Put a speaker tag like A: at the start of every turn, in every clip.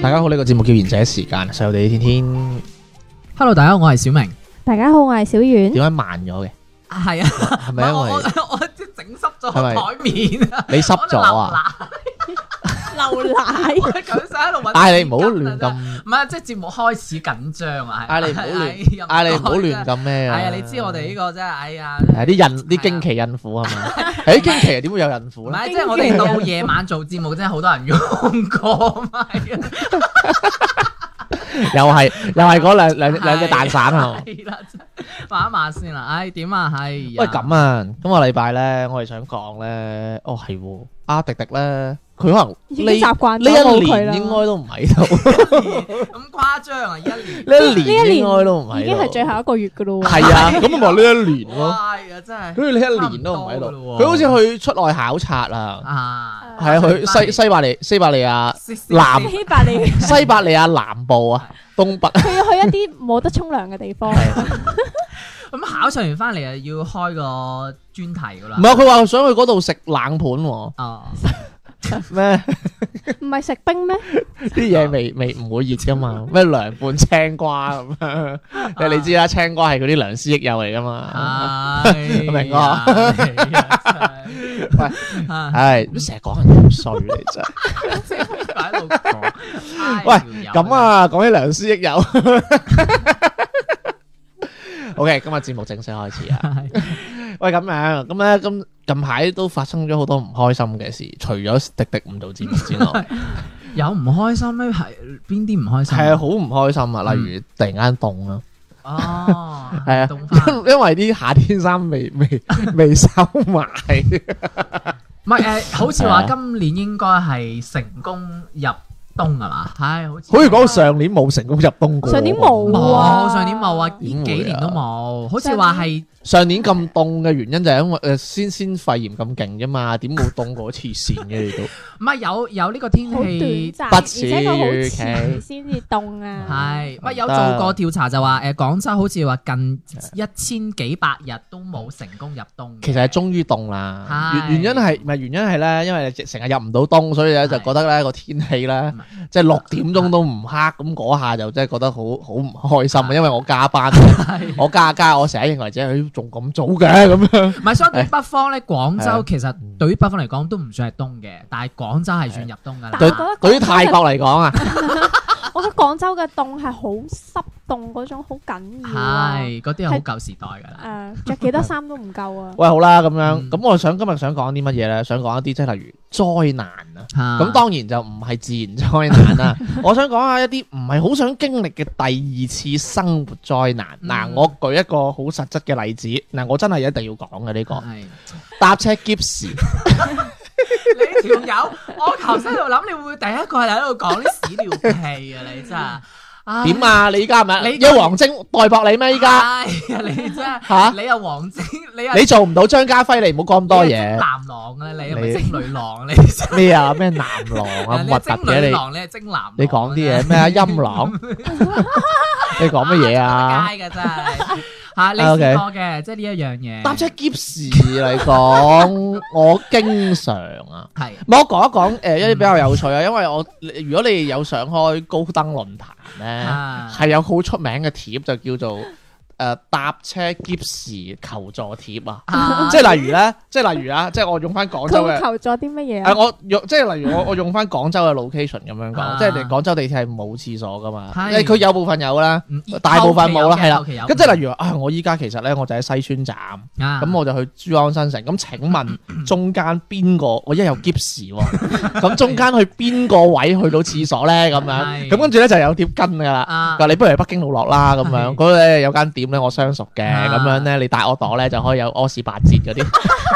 A: 大家好，呢、個節目叫賢者時間，細路地天天
B: Hello，大家好，我係小明。
C: 大家好，我係小
A: 點
C: 丸。
A: 解慢咗嘅？
B: 啊，係啊，
A: 係咪因為
B: 我整濕咗
A: 係咪
B: 面啊，
A: 你濕咗啊？
C: 牛奶，
B: 咁想喺度揾
A: 嗌你唔好亂 咁，
D: 啊唔係，即係節目開始緊張啊！
A: 嗌你唔好亂，嗌你唔好亂咁咩
D: 係
A: 啊？
D: 啊，你知我哋呢個真係，哎呀，
A: 係啲孕啲經期孕婦係嘛？誒經期點會有孕
D: 唔
A: 婦咧？
D: 係，即係我哋到夜晚做節目，真係好多人用過 嘛。係啊
A: 又係又係嗰兩兩兩隻蛋散係嘛？
D: 係啦，真係慢一慢先啦。唉，點啊？係
A: 喂咁啊，今個禮拜咧，我哋想講咧，哦係喎，阿迪迪咧，佢可能
C: 已經
A: 呢
C: 習慣咗
A: 呢一
C: 冇佢啦
A: 年應該都唔喺度，
D: 咁誇張啊！一
A: 呢
D: 年
A: 一
C: 呢一
A: 年
C: 年
A: 應該都唔喺度，
C: 已經係最後一個月噶咯喎。
A: 係啊，咁咪話呢一年 咯，
D: 哇，係啊，真係
A: 跟住呢一年都唔喺
D: 差唔
A: 度，
D: 多
A: 佢
D: 噶
A: 好
D: 咯喎
A: 似去出外考察啦，
D: 啊，
A: 係啊，去西西伯利西伯利亞
D: 西西
A: 南
C: 希伯利，
A: 西伯利亞南部啊，東北
C: 佢要去一啲冇得沖涼嘅地方。
D: 咁考察完翻嚟啊，要開個專題噶啦
A: 唔。係佢話想去嗰度食冷盤喎，
D: 哦，
A: 咩
C: 唔係食冰咩？
A: 啲嘢未未唔會熱噶嘛，咩涼拌青瓜咁樣，
D: 啊
A: 你你知啦，青瓜係嗰啲良師益友嚟噶 嘛，
D: 係
A: 明啊
D: 啊，係啊真係啊
A: 唉，都成日講人咁衰你真係。
D: 擺喺度講。
A: 喂，咁，啊，講起良師益友 ，OK，今日節目正式開 始啊！喂，咁樣咁咧，今近排都發生咗好多唔開心嘅事，除咗迪迪唔做節目之外，
D: 有唔開心咩？係邊啲唔開 心？
A: 係啊，好唔開心啊！例如突然間凍啦，
D: 哦，
A: 係
D: 凍
A: 啊，
D: 翻。
A: 因 因為啲夏天衫未 未未收埋，
D: 唔係誒，好似
A: 啊
D: 話今年應該係成功入冬係嘛？係，好似
A: 好似講上年冇成功入冬過，
C: 上年冇
D: 冇上年冇啊，
A: 點會啊
D: 呢幾年都冇，好似話係
A: 上年咁凍嘅原因就係因為誒先先肺炎咁勁啫嘛，點冇凍過黐線嘅你都。
D: 唔係有有呢個天
C: 好短
D: 氣
C: 暫，
A: 不
C: 而
A: 似
C: 且佢好遲
A: 預期
C: 先至凍啊。
D: 係，咪有做過調查就話誒廣州好似話近一千幾百日都冇成功入冬嘅。
A: 其實係終於凍啦，
D: 係
A: 原原因係唔係原因係咧？因為成日入唔到冬，所以咧就
D: 係
A: 覺得咧個天氣咧
D: 唔係，
A: 即係六點鐘都唔黑，咁嗰下就真係覺得好好唔開心啊！
D: 係
A: 因為我加 班，我加加，我成日認為自己咦仲咁早嘅咁樣，
D: 唔係，相對北方咧，廣
A: 係啊
D: 州其實對於北方嚟講都唔算係冬嘅，但係廣州係算入冬㗎啦。
A: 對
C: 覺得
A: 對於泰國嚟講 啊，
C: 我覺得廣州嘅凍係好濕凍嗰種，好緊要啊。
D: 係嗰啲係好舊時代㗎啦。
C: 誒，着幾多衫都唔夠啊。
A: 喂好啦咁樣，
D: 嗯
A: 咁我想今日想講啲乜嘢咧？想講一啲即係例如災難啊。咁
D: 咁
A: 當然就唔係自然災難啦，我想講下一啲唔係好想經歷嘅第二次生活災難。嗱、
D: 嗯
A: 我舉一個好實質嘅例子，嗱，我真係一定要講嘅呢個
D: 係
A: 搭車 Gips，
D: 你條友，我頭先喺度諗，你會唔會第一個係喺度講啲屎尿屁啊？你真係唉
A: 點啊？你依家係咪？
D: 你啊
A: 有黃晶代薄你咩？依家
D: 唉你真係
A: 嚇
D: 你又王晶，你又
A: 你做唔到張家輝，你唔好講咁多
D: 你係
A: 嘢
D: 精男郎啊！你係咪
A: 你
D: 精女郎？你真係
A: 咩啊？咩男郎啊？
D: 你
A: 咁核
D: 係
A: 突
D: 精女
A: 嘅
D: 郎，你係精男郎啊。
A: 你，你講啲嘢咩啊？陰郎，你講乜嘢啊？
D: 街㗎真係嚇，你
A: OK
D: 試過嘅，即係呢一樣嘢。
A: 搭車 Gips 嚟講，我經常啊。
D: 係
A: 唔係我講一講誒一啲比較有趣啊，因為我如果你有上開高登論壇咧，
D: 啊。
A: 係有好出名嘅貼就叫做誒搭車劫時求助貼啊，
D: 啊
A: 即係例如咧，即係例如啊，即係我用翻廣
C: 佢
A: 州
C: 會
A: 嘅。
C: 求咗啲乜嘢啊
A: 誒？我用即係例如我我用翻廣州嘅 location 咁樣
D: 啊
A: 講，即係你廣州地鐵係冇廁所噶嘛，
D: 係
A: 因為佢有部分有啦，
D: 嗯
A: 大部分冇啦，
D: 後期有嘅
A: 係啦。
D: 後期有
A: 咁即係例如話啊，我依家其實咧我就喺西村站。
D: 啊
A: 咁我就去珠江新城。咁請 問中間邊個？我一有 g i p 喎，咁中間去邊個位去到廁所咧？咁樣
D: 係
A: 咁跟住咧就有貼跟噶啦。
D: 啊
A: 佢話你不如去北京路落啦，咁樣嗰度咧有間店店咧，我相熟嘅，
D: 啊
A: 咁樣咧你帶我袋咧就可以有屙屎八折嗰啲，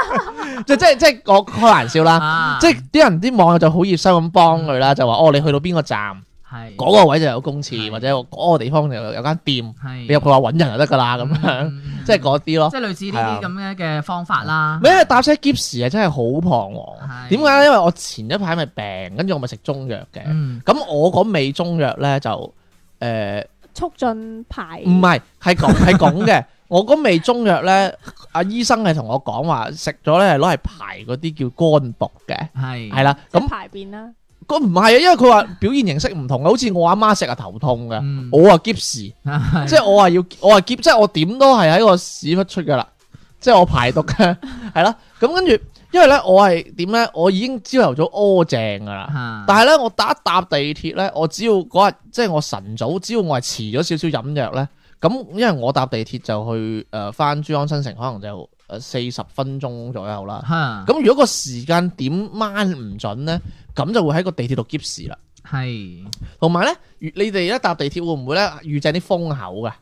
A: 即即即我開玩笑啦，
D: 啊，
A: 即啲人啲網友就好熱心咁幫佢啦，就話哦你去到邊個站
D: 係
A: 嗰個位就有公廁，
D: 嗯係
A: 或者我嗰個地方就有有間店，
D: 係
A: 你入去話揾人就得㗎啦，
D: Ừ,
A: 咁樣
D: 嗯
A: 即係嗰啲咯。
D: 即係類似呢啲咁樣嘅方法啦。
A: 咩搭車 g 時 p 啊，真係好彷徨。
D: 係
A: 點解咧？因為我前一排咪病，跟住我咪食中藥嘅。
D: 嗯？
A: 咁我嗰味中藥咧就誒
C: 促進排
A: 唔係係講係講 嘅。我嗰味中藥咧，阿醫生係同我講話食咗咧係攞嚟排嗰啲叫肝毒嘅，
D: 係
A: 係啦。
C: 即係
A: 咁
C: 排便啦，
A: 嗰唔係啊，因為佢話表現形式唔同嘅，好似我阿媽食啊頭痛嘅，
D: 嗯
A: 我啊 g 時，
D: 係
A: 即係我話要我話 g 即係我點都係喺個屎忽出噶啦，即係我排毒 嘅係啦。咁跟住，因為咧我係點咧，我已經朝頭早屙正噶啦。
D: 啊
A: 但係咧，我搭一搭地鐵咧，我只要嗰日即係我晨早，只要我係遲咗少少飲藥咧，咁因為我搭地鐵就去誒翻、珠江新城，可能就誒四十分鐘左右啦。
D: 嚇
A: 咁如果個時間點掹唔準咧，咁就會喺個地鐵度 keep 時啦。
D: 係
A: 同埋咧，如你哋一搭地鐵會唔會咧遇正啲風口
D: 啊
A: 㗎？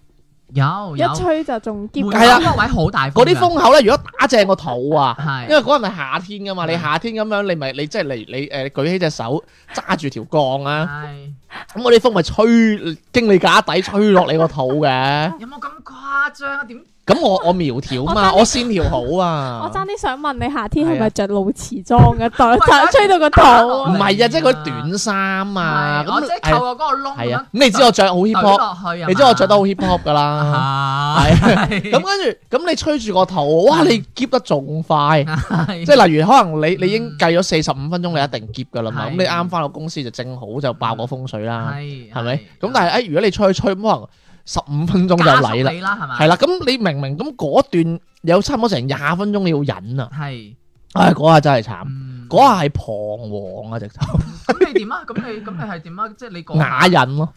D: 有有
C: 一吹就仲兼
D: 門口
A: 啊係啦
D: 嗰位好大
A: 嗰啲
D: 㗎
A: 風口咧，如果打正個肚啊！
D: 係
A: 因為嗰陣係夏天噶嘛，你
D: 係
A: 夏天咁樣，你咪你即係嚟你誒舉起隻手揸住條鋼啊！
D: 係
A: 咁我啲風咪吹經你架底吹落你個肚 嘅，
D: 有冇咁誇張啊？點
A: 咁我我苗條嘛，我
C: 我
A: 線條好啊，
C: 我爭啲想問你夏天
A: 係啊
C: 係咪着露臍裝 嘅？但吹到個肚
A: 唔
C: 啊，
A: 係啊，即係嗰啲短衫啊，
D: 嗯係我
A: 咁
D: 即係
A: 係
D: 透
A: 啊
D: 過嗰個
A: 係
D: 窿咁
A: 啊
D: 樣，
A: 咁你知我着好 hip
D: 懟
A: hop，
D: 落去啊嘛？
A: 你知我着得好 hip hop 噶啦，
D: 啊
A: 係
D: 係嗯
A: 咁跟住咁你吹住個肚，哇你 keep 得仲快。
D: 係
A: 即係例如可能你你已經
D: 嗯
A: 計咗四十五分鐘，你一定 keep 噶啦嘛，咁
D: 係
A: 你啱翻到公司就正好就爆個風水啦，
D: 係
A: 係咪？咁但係哎誒，如果你吹吹，咁可能十五分鐘就
D: 加
A: 嚟
D: 速
A: 啦。
D: 你啦，係嘛？
A: 係啦，咁你明明咁嗰段有差唔多成廿分鐘你要忍啊，
D: 係
A: 唉，嗰下真係慘，
D: 嗯
A: 嗰下係彷徨啊，直頭
D: 咁你點啊？咁你咁你係點啊？即係你講
A: 啞忍咯，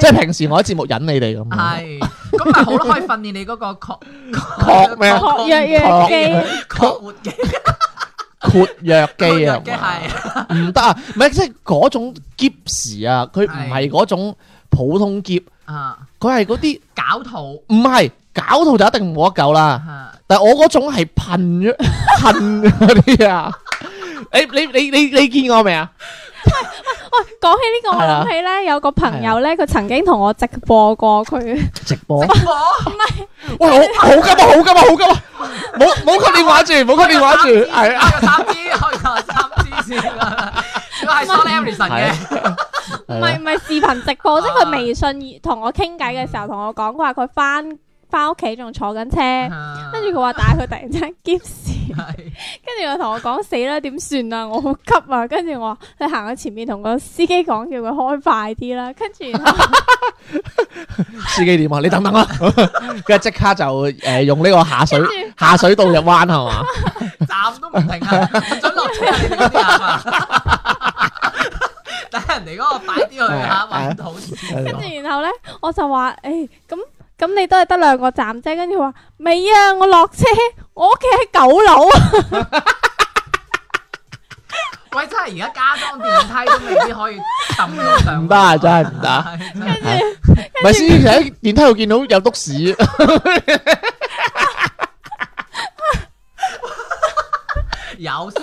A: 即係平時我喺節目忍你哋咁樣，
D: 係咁咪好咯，可以訓練 你嗰個確
A: 確咩啊
C: 確約約肌，
D: 確活 嘅
A: 括約肌
D: 嘅
A: 啊，
D: 係
A: 唔得啊，唔係即係嗰種 g 時啊，佢唔係嗰種普通 g
D: 啊
A: 佢係嗰啲
D: 搞肚
A: 唔係搞到就一定冇得救啦。
D: 啊
A: 但係我嗰種係噴咗 噴嗰啲啊！你你你你你見過未啊？
C: 講起呢個，我
A: 係啊
C: 諗起咧有個朋友
A: 啊
C: 咧，佢曾經同我直播過佢，
A: 直播
D: 我
A: 喂，好好急啊，好急啊，好急啊！冇冇吸電話住，冇吸電話住，係啊，
D: 開個三 D，開個三 D 先啦。我係 Sony Ericsson 嘅，
C: 唔
A: 係
C: 係
A: 啊
C: 唔係視頻直 播，即係
D: 啊
C: 佢微信同我傾偈嘅時候，同我講佢話佢翻翻屋企仲坐緊
A: 啊
C: 車，跟住佢話但係佢突然之間 g 事。
D: 係
C: 跟住又同我講死啦，點算啊？我好急啊！跟住我話你行喺前面同個司機講，叫佢開快啲啦。跟住然後
A: 司機點啊？你等等啦，跟住即刻就誒用呢個下水
C: 跟住
A: 下水道入灣係嘛？
D: 站都唔停啊，唔準落車啊！你哋嗰啲係嘛？ 等人哋嗰個快啲去
A: 啊
D: 嚇揾到先。
C: 跟住然後咧，我就話誒咁咁你都係得兩個站啫。跟住話未啊，我落車，我屋企喺九樓 啊。
D: 喂，真係而家加裝電梯都未必可以揼到上 去。
A: 唔得啊，真係唔得啊！
D: 係真係
A: 係唔係司機成日喺電梯度見到有篤屎，
D: 有有
A: 係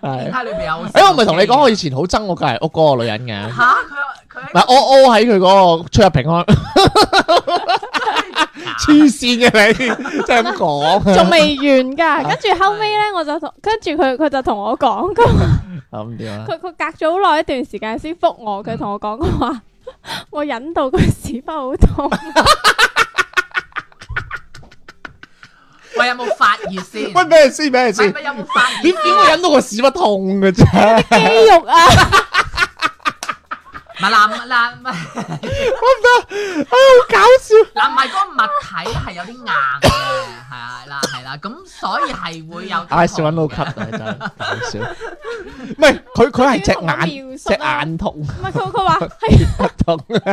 D: 電梯裏邊有。
A: 誒我唔係同你講，我以前好憎我隔離屋嗰個女人嘅，
D: 嚇佢佢
A: 唔係我屙喺佢嗰個出入平安， 黐線嘅 你，真係咁講
C: 仲未完
A: 啊
C: 㗎，跟住後尾咧，我就同跟住佢佢就同我講，佢話
A: 啊咁點啊？
C: 佢佢隔咗好耐一段時間先覆我，佢同我講佢話 我忍到個屎忽好 痛，
D: 喂有冇發熱先？
A: 喂，咩先咩先
D: 係？咪有冇發熱
A: 點點會忍到個屎忽痛嘅啫？
C: 肌肉 啊！
D: 唔係嗱唔嗱唔係
A: 好搞笑！
D: 嗱唔係嗰個物體咧係有啲硬嘅，係啊啦係啦，咁所以係會有啲痛嘅。
A: 唉，笑揾到咳啊，真係搞笑。唔係佢佢係隻眼
C: 描述
A: 隻
C: 啊
A: 眼痛
C: 唔係佢佢 話係。
A: 痛 啊！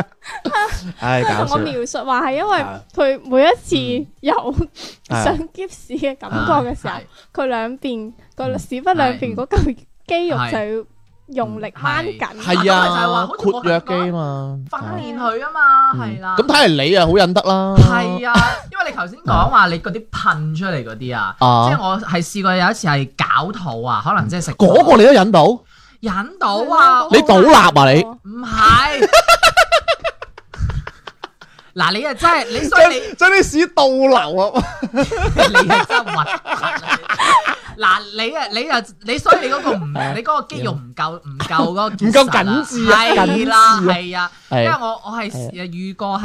A: 唉，搞
C: 同
A: 笑
C: 我。描述話係因為
A: 啊嗯
C: 佢每一次有
A: 啊
C: 想 g 屎嘅感覺嘅時候
D: 係，
C: 佢兩邊個屎忽兩邊嗰嚿肌肉
D: 嗯係
C: 就要用力掹緊。
A: 係啊，
D: 嗱咁咪就係話好似
A: 括
D: 我
A: 約
D: 咁
A: 肌嘛，嗯
D: 訓練佢啊嘛，係啦。
A: 咁睇嚟你啊好忍得啦，
D: 係啊，因為你頭先講話你嗰啲噴出嚟嗰啲啊，即
A: 啊
D: 係，我係試過有一次係搞肚啊，可能即係食
A: 嗰個你都忍到，
D: 引到啊，
A: 你倒立啊你
D: 唔 係。嗱，你啊真係你所以你
A: 將啲屎倒流啊！
D: 你啊真係核突啊。你嗱，你啊你啊你所以你嗰個唔你嗰個肌肉唔夠唔夠嗰個
A: 啊唔夠緊緻啊
D: 係啦
A: 緊緻啊
D: 係啊。因為
A: 係
D: 我我係
A: 係啊
D: 誒遇過係誒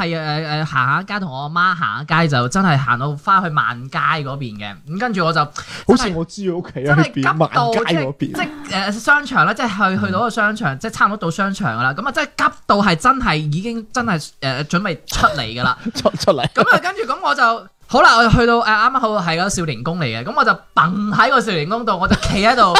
D: 誒行下街，同我阿媽行下街就真係行到翻去萬街嗰邊嘅，咁跟住我就
A: 好似我知佢屋企
D: 真
A: 啊，
D: 係
A: 去
D: 急
A: 邊萬
D: 到
A: 街
D: 即
A: 嗰
D: 係即
A: 邊，嗯
D: 係誒商場啦，即係去去到個商場，即係差唔多到商場噶啦，咁啊真係急到係真係已經真係誒準備出嚟噶啦，
A: 出出嚟
D: 咁啊跟住咁我就好啦，我就去到誒啱啱好係個少年宮嚟嘅，咁我就蹦喺個少年宮度，我就企喺度。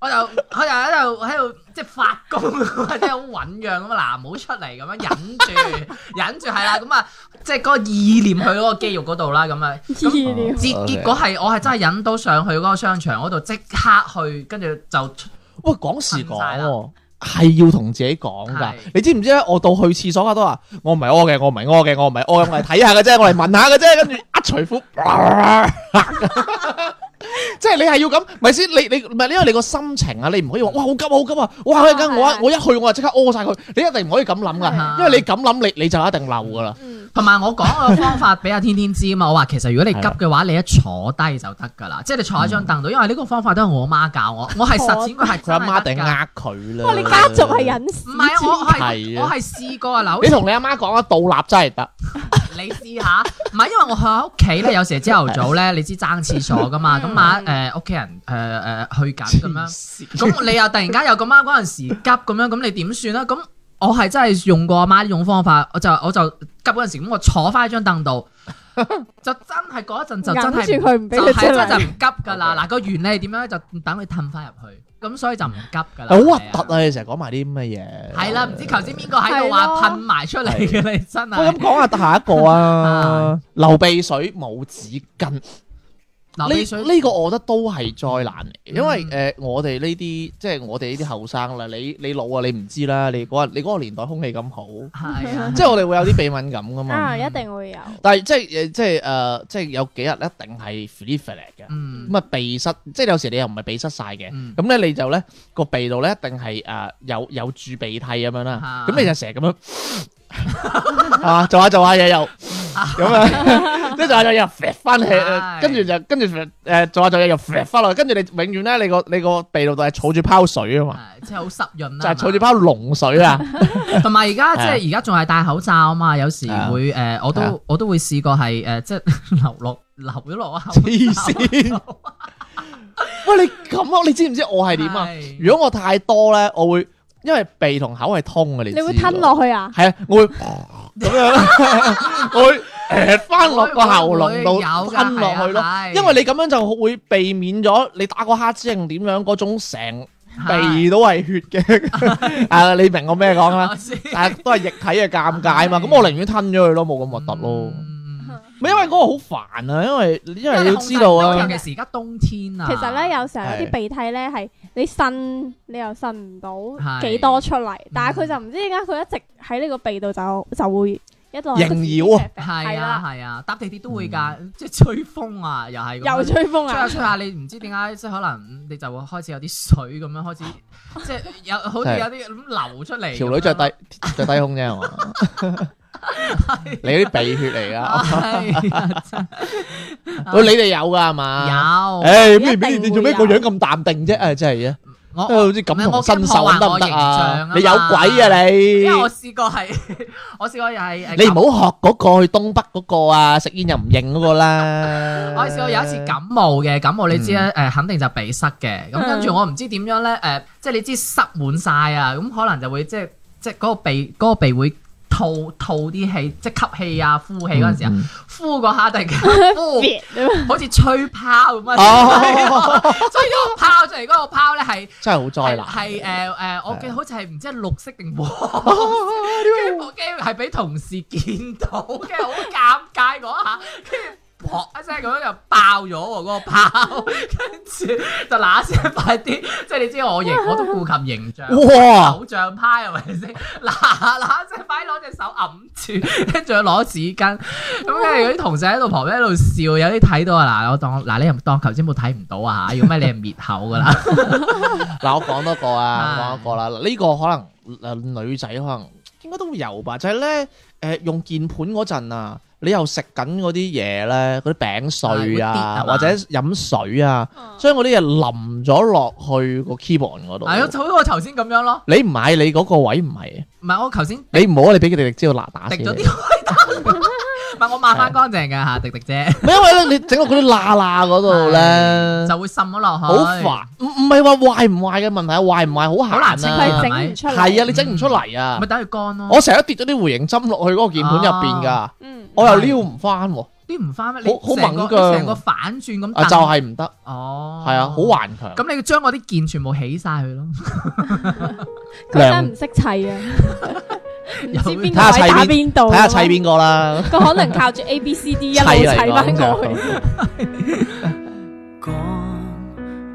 D: 我就我就喺度喺度即係發功， 即係好醖釀咁啊！嗱，唔好出嚟咁樣忍住，忍住係啦，咁啊，即係嗰個意念去嗰個肌肉嗰度啦，咁啊，咁
C: 意料
D: 結
A: OK
D: 結果係我係真係引到上去嗰個商場嗰度，即刻去，跟住就
A: 喂，講時講
D: 瞓晒
A: 喎，係要同自己講㗎
D: 係。
A: 你知唔知咧？我到去廁所啊，都話我唔係屙嘅，我唔係屙嘅，我唔係屙嘅，我嚟睇下嘅啫，我嚟聞下嘅啫。跟住一除褲， 即係你係要咁，咪先？你你唔係因為你個心情啊，你唔可以話哇好急啊好急啊！哇一間我一
C: 係係
A: 我一去我就即刻屙晒佢，你一定唔可以咁諗㗎，
D: 係
A: 因為你咁諗你你就一定漏㗎啦。
C: 嗯，
D: 同埋我講個方法俾阿天天知啊嘛，我話其實如果你急嘅話，你一坐低就得㗎啦，即係你坐喺張凳度，因為呢個方法都係我媽教我，我係實踐佢係
A: 啊佢阿媽一定
D: 真係得㗎。
A: 呃佢啦。
C: 哇！你家族係隱私
D: 唔係啊，我
A: 係
D: 係
A: 啊
D: 我係試過啊，嗱，好
A: 你
D: 似
A: 同你阿媽講啊，倒立真係得。
D: 你試下，唔係因為我喺屋企咧，有時朝頭早咧，你知爭廁所㗎
A: 嗯
D: 嘛，咁晚誒屋企人誒誒去緊咁樣。咁你又突然間又咁啱嗰陣時急咁樣，咁你點算咧？咁我係真係用過阿媽呢種方法，我就我就急嗰陣時，咁我坐翻喺張 凳度，就真係嗰一陣就真
C: 揞住
D: 係
C: 佢唔俾
D: 就
C: 佢
D: 係
C: 出
D: 真係就
C: 嚟。
D: 唔急噶啦。嗱個原理係點樣咧？就等佢褪翻入去，咁所以就唔急噶啦。
A: 好核突！啊！你成日講埋啲咁嘅嘢。
D: 係啦，唔知頭先邊個喺度話
C: 係咯
D: 噴埋出嚟嘅你真
A: 喂，咁
D: 係
A: 講下下一個 啊，流鼻水冇紙巾，
D: 流鼻水
A: 呢呢個我覺得都係災難嚟嘅，因為
D: 嗯
A: 誒我哋呢啲即係我哋呢啲後生啦，你你老啊，你唔知啦，你嗰日你嗰個年代空氣 咁好，
D: 係啊，
A: 即係我哋會有啲鼻敏感噶
D: 嗯
A: 嘛。
C: 啊，一定會有。
A: 但係即係誒即係誒即係有幾日一定係 f r e e f r e 嘅，
D: 嗯
A: 咁啊鼻塞，即係有時你又唔係鼻塞晒嘅。
D: 嗯
A: 咁咧你就咧個鼻度咧一定係誒有有住鼻涕咁樣啦，
D: 啊
A: 咁你就成日咁樣 啊做下做下嘢又咁 啊，跟住做下做嘢又甩翻起，
D: 係
A: 跟住就跟住誒做下做嘢又甩翻落去，跟住你永遠咧你個你個鼻度度係儲住泡水啊嘛，
D: 係即係好濕
A: 就
D: 潤
A: 係
D: 啦，
A: 儲住
D: 係嘛
A: 泡濃水 啊，
D: 同埋而家即
A: 係啊
D: 係而家仲係戴口罩啊嘛，有時
A: 係啊
D: 會誒，我
A: 係啊
D: 都我都會試過係誒，即係 流落流咗落口
A: 黐線！喂你咁啊，你知唔知我係點啊？
D: 係
A: 如果我太多咧，我會因為鼻同口係通嘅，你
C: 你會
A: 知
C: 吞
A: 㗎
C: 落去 啊？
A: 系啊，我會咁樣， 我會誒翻落個喉嚨
D: 會會有
A: 度
D: 㗎
A: 吞落去
D: 係
A: 咯。
D: 啊係
A: 因為你咁樣就會避免咗你打個乞嗤定點樣嗰種成
D: 係
A: 鼻都係血嘅。 啊，你明我咩講啦？
D: 我知
A: 但係都係液體嘅尷尬啊嘛。咁
D: 係
A: 我寧願吞咗佢咯，冇咁核突咯。
D: 嗯
A: 咪因為嗰個好煩啊，因為因為你
D: 因為
A: 要知道
D: 控制唔
A: 啊
D: 到，尤其是而家冬天啊。
C: 其實咧，有時候有
A: 係
C: 啲鼻涕咧係你擤，你又擤唔到
D: 係嗯
C: 幾多出嚟，但係佢就唔知點解佢一直喺呢個鼻度就就會一路
A: 縈繞啊
D: 係
C: 係
D: 啊
C: 啦，
D: 係啊，搭地鐵都會
A: 嗯
D: 㗎，即係吹風啊，又係咁樣
C: 又吹風
D: 吹下
C: 啊，
D: 吹下，你唔知點解，即係可能你就會開始有啲水咁樣開始，即係有好似有啲咁流出嚟。
A: 條女 着低着低胸啫係嘛。你嗰啲鼻血嚟 噶，
D: 低，
A: 喂你哋有噶係嘛？
D: 有
A: 诶，咩
C: 一定
A: 咩？
C: 會
A: 你做咩個
C: 有
A: 樣咁淡定啫？啊，真係啊，
D: 我
A: 好似感同身受得唔得啊？
D: 我
A: 你
D: 驚
A: 有
D: 破壞我
A: 鬼
D: 形象啊
A: 啊你
D: 因！為我試過係， 我試過又係。
A: 你唔好學嗰個去東北嗰個啊，食煙又唔認嗰個啦
D: 我試過有一次感冒嘅，感冒你知咧，
A: 嗯
D: 誒肯定就鼻塞嘅。咁跟住我唔知點樣咧，誒即係你知塞滿晒啊，咁可能就會即係即係嗰個鼻嗰個鼻會吐吐啲氣，即係吸氣啊、呼氣
A: Ừ,
D: 嗰陣
A: 嗯
D: 時啊，呼嗰下 突然間呼，
C: 別啊
D: 好似吹泡咁啊！
A: 哦，
D: 所以嗰個泡出嚟嗰個泡咧係
A: 真係好災
D: 係
A: 難。
D: 係誒誒，我記得好似係唔知係綠色定黃色。跟住我驚係俾同事見到，跟住好尷尬嗰下，跟住噗一聲咁樣就爆咗喎嗰個炮，跟住就嗱聲快啲，即係你知我形我都顧及形象。
A: 哇！
D: 偶像派係咪先？ 嗱嗱聲快攞隻手揞住，跟住仲要攞紙巾。咁跟住啲同事喺度旁邊喺度笑，有啲睇到啊！嗱，我當嗱你又當頭先冇睇唔到啊嚇，如果咩你係滅口噶啦。
A: 嗱，我講多個啊，
D: 係
A: 我講一個啦。嗱呢個可能呃誒女仔可能應該都會有吧，就係咧誒用鍵盤嗰陣啊，你又食緊嗰啲嘢咧，嗰啲餅碎
D: 啊
A: 啊，
D: 會跌啊嘛
A: 或者飲水啊，
C: 啊
A: 將嗰啲嘢淋咗落去個 keyboard 嗰
D: 係啊，
A: 度。
D: 就好似我頭先咁樣咯。
A: 你唔買你嗰個位唔係，
D: 唔係我頭先
A: 你唔好啊你俾佢哋知道嗱打
D: 滴
A: 死你。
D: 咗啲開燈，唔係我抹翻乾淨㗎嚇，滴滴姐
A: 唔係因為咧你整到嗰啲罅罅嗰度咧，
D: 就會滲咗落去。
A: 好煩。唔唔係話壞唔壞嘅問題，啊壞唔壞好
D: 好難
A: 難
D: 清
C: 佢係
A: 啊。
D: 理
C: 整唔出嚟。
A: 係啊，你整唔出嚟啊
D: 咪。等佢乾咯。
A: 我成日都跌咗啲回形針落去嗰個鍵盤入邊㗎，
C: 嗯，
A: 我又撩唔翻喎，
D: 啲唔翻咩？你
A: 好好
D: 成個
A: 猛㗎
D: 你成個反轉咁。
A: 啊就係唔得，
D: 哦，
A: 係啊，好。頑強。
D: 咁你要將我啲件全部起晒佢咯。
C: 佢真係唔識砌 啊，唔知邊
A: 睇下砌
C: 個位打
A: 邊
C: 邊度。啊
A: 睇下砌邊個啦，
C: 佢可能靠住 A B C D 一
A: 砌
C: 路砌
A: 嚟
C: 翻
A: 講
C: 過去。
A: 就
E: 趕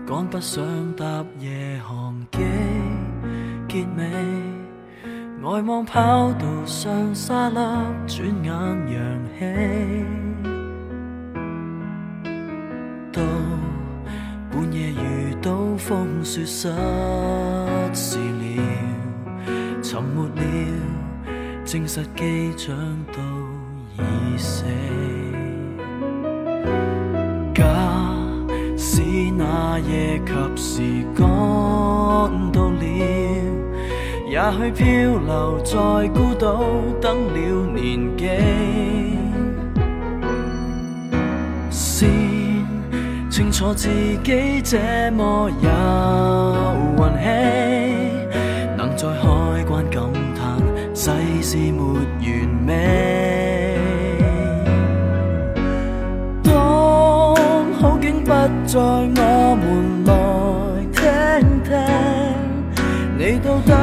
E: 趕不上搭夜航機結尾，外望跑道上沙粒，轉眼揚起。到半夜遇到風雪失事了，沉沒了，證實機長都已死。假使那夜及時趕到了，也許漂流在孤島等了年紀，先清楚自己這麼有運氣，能在開關感嘆世事沒完美。當好景不在我們來聽聽，你到底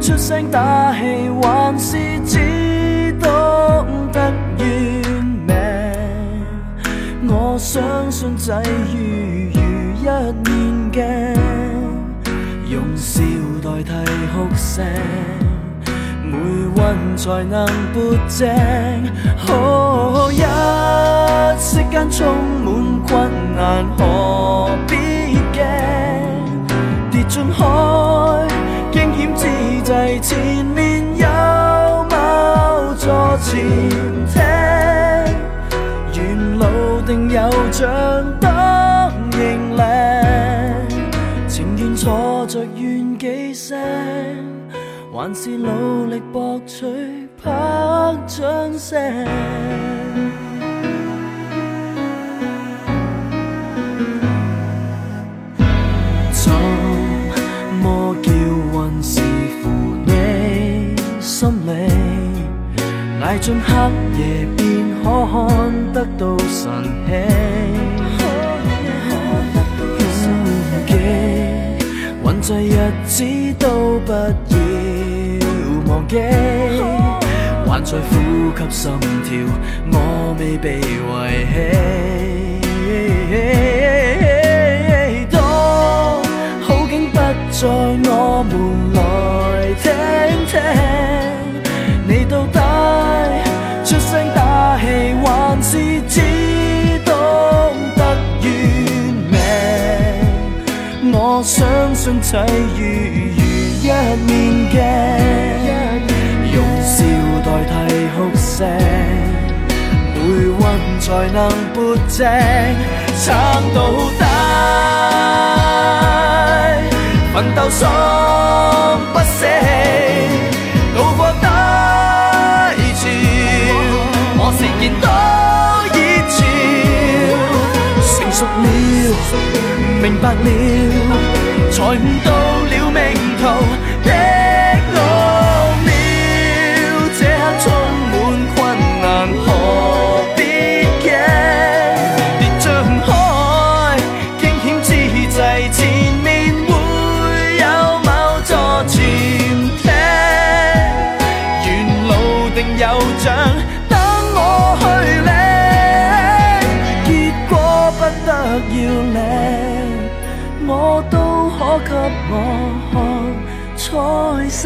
E: 出聲打氣，還是只懂得怨命？我相信際遇如一面鏡，用笑代替哭聲。每溫才能撥正。哦，一息間充滿困難，何必驚？跌進海，驚險之際，前面有某座潛艇，沿路定有獎當認領。情願坐着怨幾聲，還是努力博取拍掌聲。怎麼叫運是乎你心理，捱盡黑夜便可看得到晨曦。記，混在日子都不要忘記，還在呼吸心跳，我未被遺棄。當好景不在我們來聽聽，你到底出聲打氣，還是只懂得怨命？我相信際遇如一面鏡，用笑代替哭聲。每温才能撥正，撐到底，奮鬥心不死，渡過低潮，我是見到熱潮，成熟了，明白了，才悟到了命途的奧妙，這刻充滿困難，何必驚？跌進海，驚險之際，前面會有某座潛艇，沿路定有獎等我去領。結果。給我看彩色。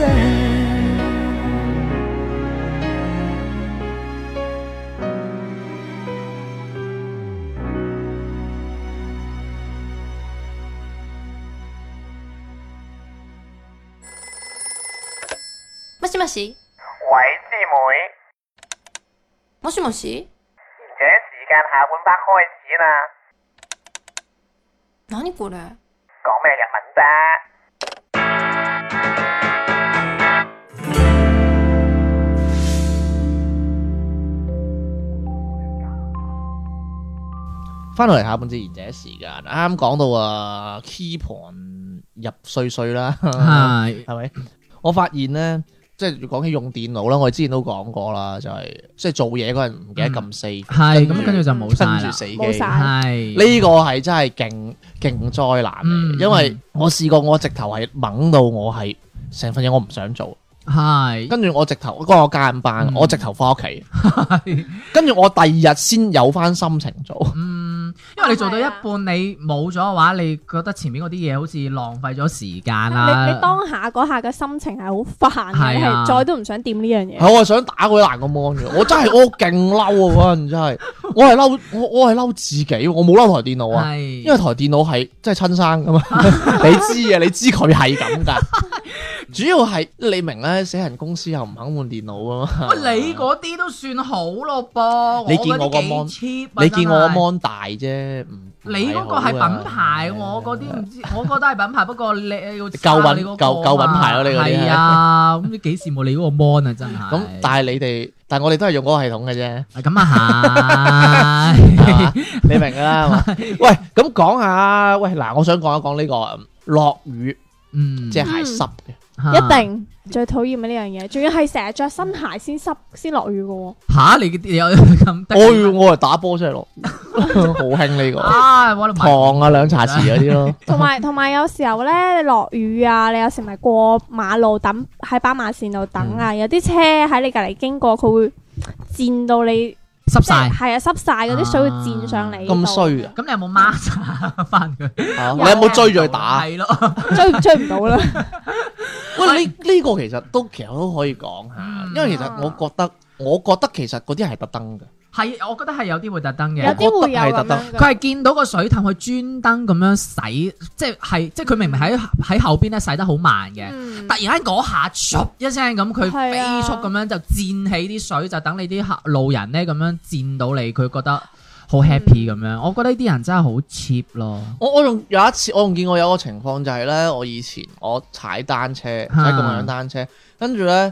F: もしもし
G: 喂，師妹，
F: もしもし
G: 而且時間下半 part 開始啦，
F: 何これ
G: 講咩日文啫？
A: 翻到嚟下半節賢者時間，啱啱講到啊 key 盤入碎碎啦，
D: 係
A: 係咪？我發現咧，即係講起用電腦啦，我哋之前都講過啦，就係、即係做嘢嗰陣唔記得撳 save，
D: 係咁跟住就冇晒啦
A: 跟住死機。
C: 冇晒
D: 係
A: 呢個係真係勁勁災難嚟，
D: 嗯
A: 因為我試過我直頭係猛到我係成份嘢我唔想做，
D: 係
A: 跟住我直頭嗰日我加緊班，
D: 嗯
A: 我直頭翻屋企，跟住我第二日先有翻心情做。
D: 嗯，因為你做到一半你冇咗嘅話，你覺得前面嗰啲嘢好似浪費咗時間啊啦。
A: 啊
C: 你你当下嗰下嘅心情係好煩嘅，你
D: 係啊
C: 係再都唔想掂呢樣嘢。
A: 係我係想打佢爛個 mon 嘅，我真係我勁嬲啊！嗰陣真係，我係嬲我我係嬲自己，我冇嬲台電腦啊，
D: 係
A: 因為台電腦係真係親生 噶嘛，你知嘅，你知佢係咁噶。主要係你明咧，死人公司又唔肯換電腦啊嘛。
D: 喂，你嗰啲都算好咯噃，
A: 你見我個
D: 嗰啲幾 cheap 啊
A: 你見我個
D: 真係
A: mon 啊大啫，唔
D: 你嗰個係
A: à.
D: 品牌，我嗰啲唔知，我覺得係品牌，不過 你要
A: 啊夠品
D: 你嗰個
A: 夠夠品牌咯你嗰啲
D: 係啊，咁你幾羨慕你嗰個 mon 啊，真係。
A: 咁，但係你哋，但係我哋都係用嗰個系統嘅啫。
D: 啊咁 啊係，
A: 係嘛你明㗎啦。係嘛喂，咁講下，喂嗱，我想講一講呢個落雨，
D: 嗯，
A: 即係鞋濕嘅。
C: 一定最討厭嘅呢樣嘢，仲要係成日着新鞋先 濕先落雨嘅喎。
D: 嚇你你有咁得
A: 我
D: 意
A: 要
D: 咩？
A: 我係打波真係落，好興呢個
D: 啊，我度
A: 糖啊兩茶匙嗰啲咯。
C: 同埋同埋有時候咧，你落雨啊，你有時咪過馬路等喺斑馬線度等啊，
A: 嗯
C: 有啲車喺你隔離經過，佢會溅到你，即
D: 濕
C: 係
D: 晒。
C: 係啊濕晒嗰啲水會溅上嚟。
A: 咁衰啊！
D: 咁你有冇 mark 晒翻佢？
A: 嚇你有冇追住佢打？
D: 係咯，
C: 追追唔到啦。
A: 喂，呢呢個其實都其實都可以講下，因為其實我覺得我覺得其實嗰啲係特登嘅，
D: 係我覺得係有啲會特登
C: 有
D: 嘅。
C: 啲會有咁樣嘅。
D: 佢係見到個水氹，佢專登咁樣洗，即係即係佢明明喺喺後邊咧洗得好慢嘅，
C: 嗯
D: 突然間嗰下唰一聲咁，佢
C: 係啊
D: 飛速咁樣就濺起啲水，就等你啲路人咧咁樣濺到你，佢覺得好 happy 咁樣。我覺得呢啲人真係好 cheap 咯。
A: 我我仲有一次，我仲見過有個情況就係咧，我以前我踩單車，踩共享單車，跟住咧，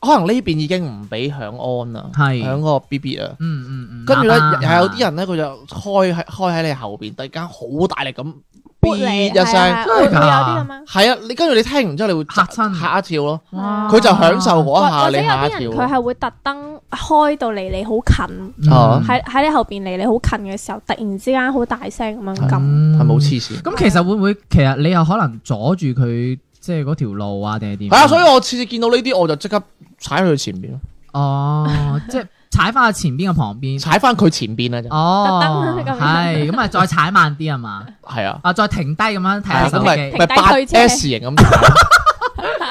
A: 可能呢邊已經唔俾響安啦，
D: 係
A: 響嗰個 B B 啊，
D: 嗯嗯嗯。
A: 跟住咧
D: 啱啊
A: 又係有啲人咧，佢就開喺開喺你後邊，突然間好大力咁
C: 嗯撥
A: B
C: 你
A: 一聲，
C: 會會有啲咁樣。
A: 係啊，你跟住你聽完之後，你會
D: 啊嚇親哦
A: 嚇一跳咯，
D: 哇
A: 佢就享受嗰
C: 或或者有
A: 一下你嚇
C: 啲
A: 一跳
C: 人
A: 咯。
C: 佢係會特登開到離你好近，
D: 嗯
A: 哦
C: 喺喺你後邊離你好近嘅時候，突然之間好大聲咁樣撳。
D: 嗯
A: 係冇黐線。
D: 咁其實會唔會其實你又可能阻住佢即係嗰條路啊定係點？
A: 係啊，所以我次次見到呢啲我就即刻踩去佢前邊咯，
D: 哦，即係踩翻去前邊嘅旁邊。
A: 踩翻佢前邊啊，就
D: 哦，
C: 特登咁樣
D: 係咁啊，再踩慢啲 係嘛？
A: 係啊，
D: 啊，再停低咁樣睇
A: 係
D: 下
A: 啊，
D: 手
A: 咁咪
D: 機。
A: 咪
C: 停低
A: 八
C: 退車
A: S 型咁 踩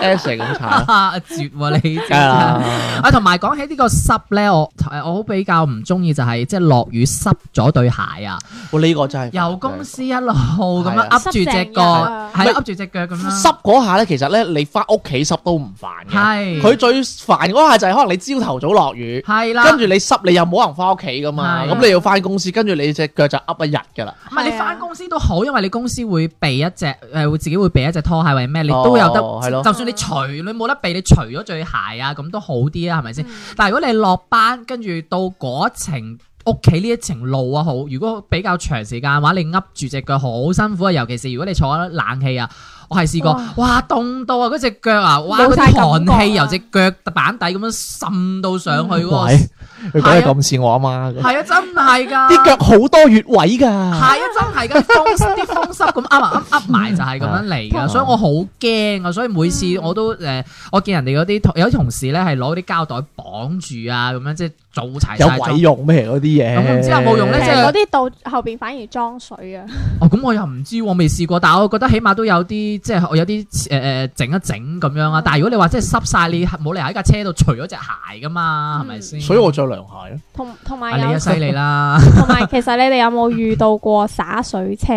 A: ，S 型咁踩，
D: 啊 絕喎你真
A: 梗係
D: 係！
A: 啦，
D: 啊，同埋講起呢個濕咧，我誒我好比較唔中意就係即係落雨濕咗對鞋啊，
A: 我呢個真係
D: 由公司一路咁樣噏住只
C: 濕成日
D: 腳，
C: 啊
D: 係噏住只腳咁樣。
A: 濕嗰下咧，其實咧你翻屋企濕都唔煩嘅，
D: 啊係
A: 佢最煩嗰下就係可能你朝頭早落雨。
D: 係啦，
A: 跟住你濕，你又冇可能翻屋企噶嘛，
D: 係啊
A: 咁你要翻公司，跟住你只腳就噏一日噶啦。
D: 唔係
C: 係
D: 你
C: 啊
D: 翻公司都好，因為你公司會備一隻誒，會自己會備一隻拖鞋或者咩，你都有
A: 哦係咯
D: 得。就算你除你冇得備，你除咗對鞋啊，咁都好啲啊，係咪先？但係如果你落班跟住到嗰一程屋企呢一程路啊，好如果比較長時間嘅話，你噏住只腳好辛苦啊，尤其是如果你坐緊冷氣啊。我係試過
C: 哇，
D: 哇凍到啊！嗰只腳啊，哇
C: 冇
D: 嗰
C: 晒
D: 啲
C: 感
D: 寒
C: 覺
D: 氣
C: 啊
D: 由只腳板底咁樣滲到上去喎，
A: 喂，佢講嘢
D: 係啊
A: 咁似我阿媽咁，
D: 係啊，真係㗎！
A: 啲腳好多穴位㗎。
D: 係啊，真係噶，風 啲風濕咁噏啊噏噏埋就係咁樣嚟
A: 啊
D: 噶，所以我好驚啊！所以每次我都誒，我見人哋嗰啲同有啲同事咧係攞啲膠袋綁住啊，咁樣即係做齊
A: 有
D: 晒裝
A: 鬼用咩嗰啲嘢？
D: 咁我唔知有冇用呢
C: 其
D: 即
C: 實
A: 嗯
C: 嗰
D: 係
C: 啲到後邊反而裝水啊，
D: 哦，咁我又唔知喎，我未試過，但係我覺得起碼都有啲即係我有啲誒誒整一整咁樣
A: 哦
D: 啊。但係如果你話即係濕晒，你冇理由喺架車度除咗隻鞋噶嘛，係咪先？
A: 嗯所以我着涼鞋咯。
C: 同同
D: 啊
C: 埋
D: 你
C: 有
D: 啊犀利 啦
C: 同埋其實你哋有冇遇到過灑水車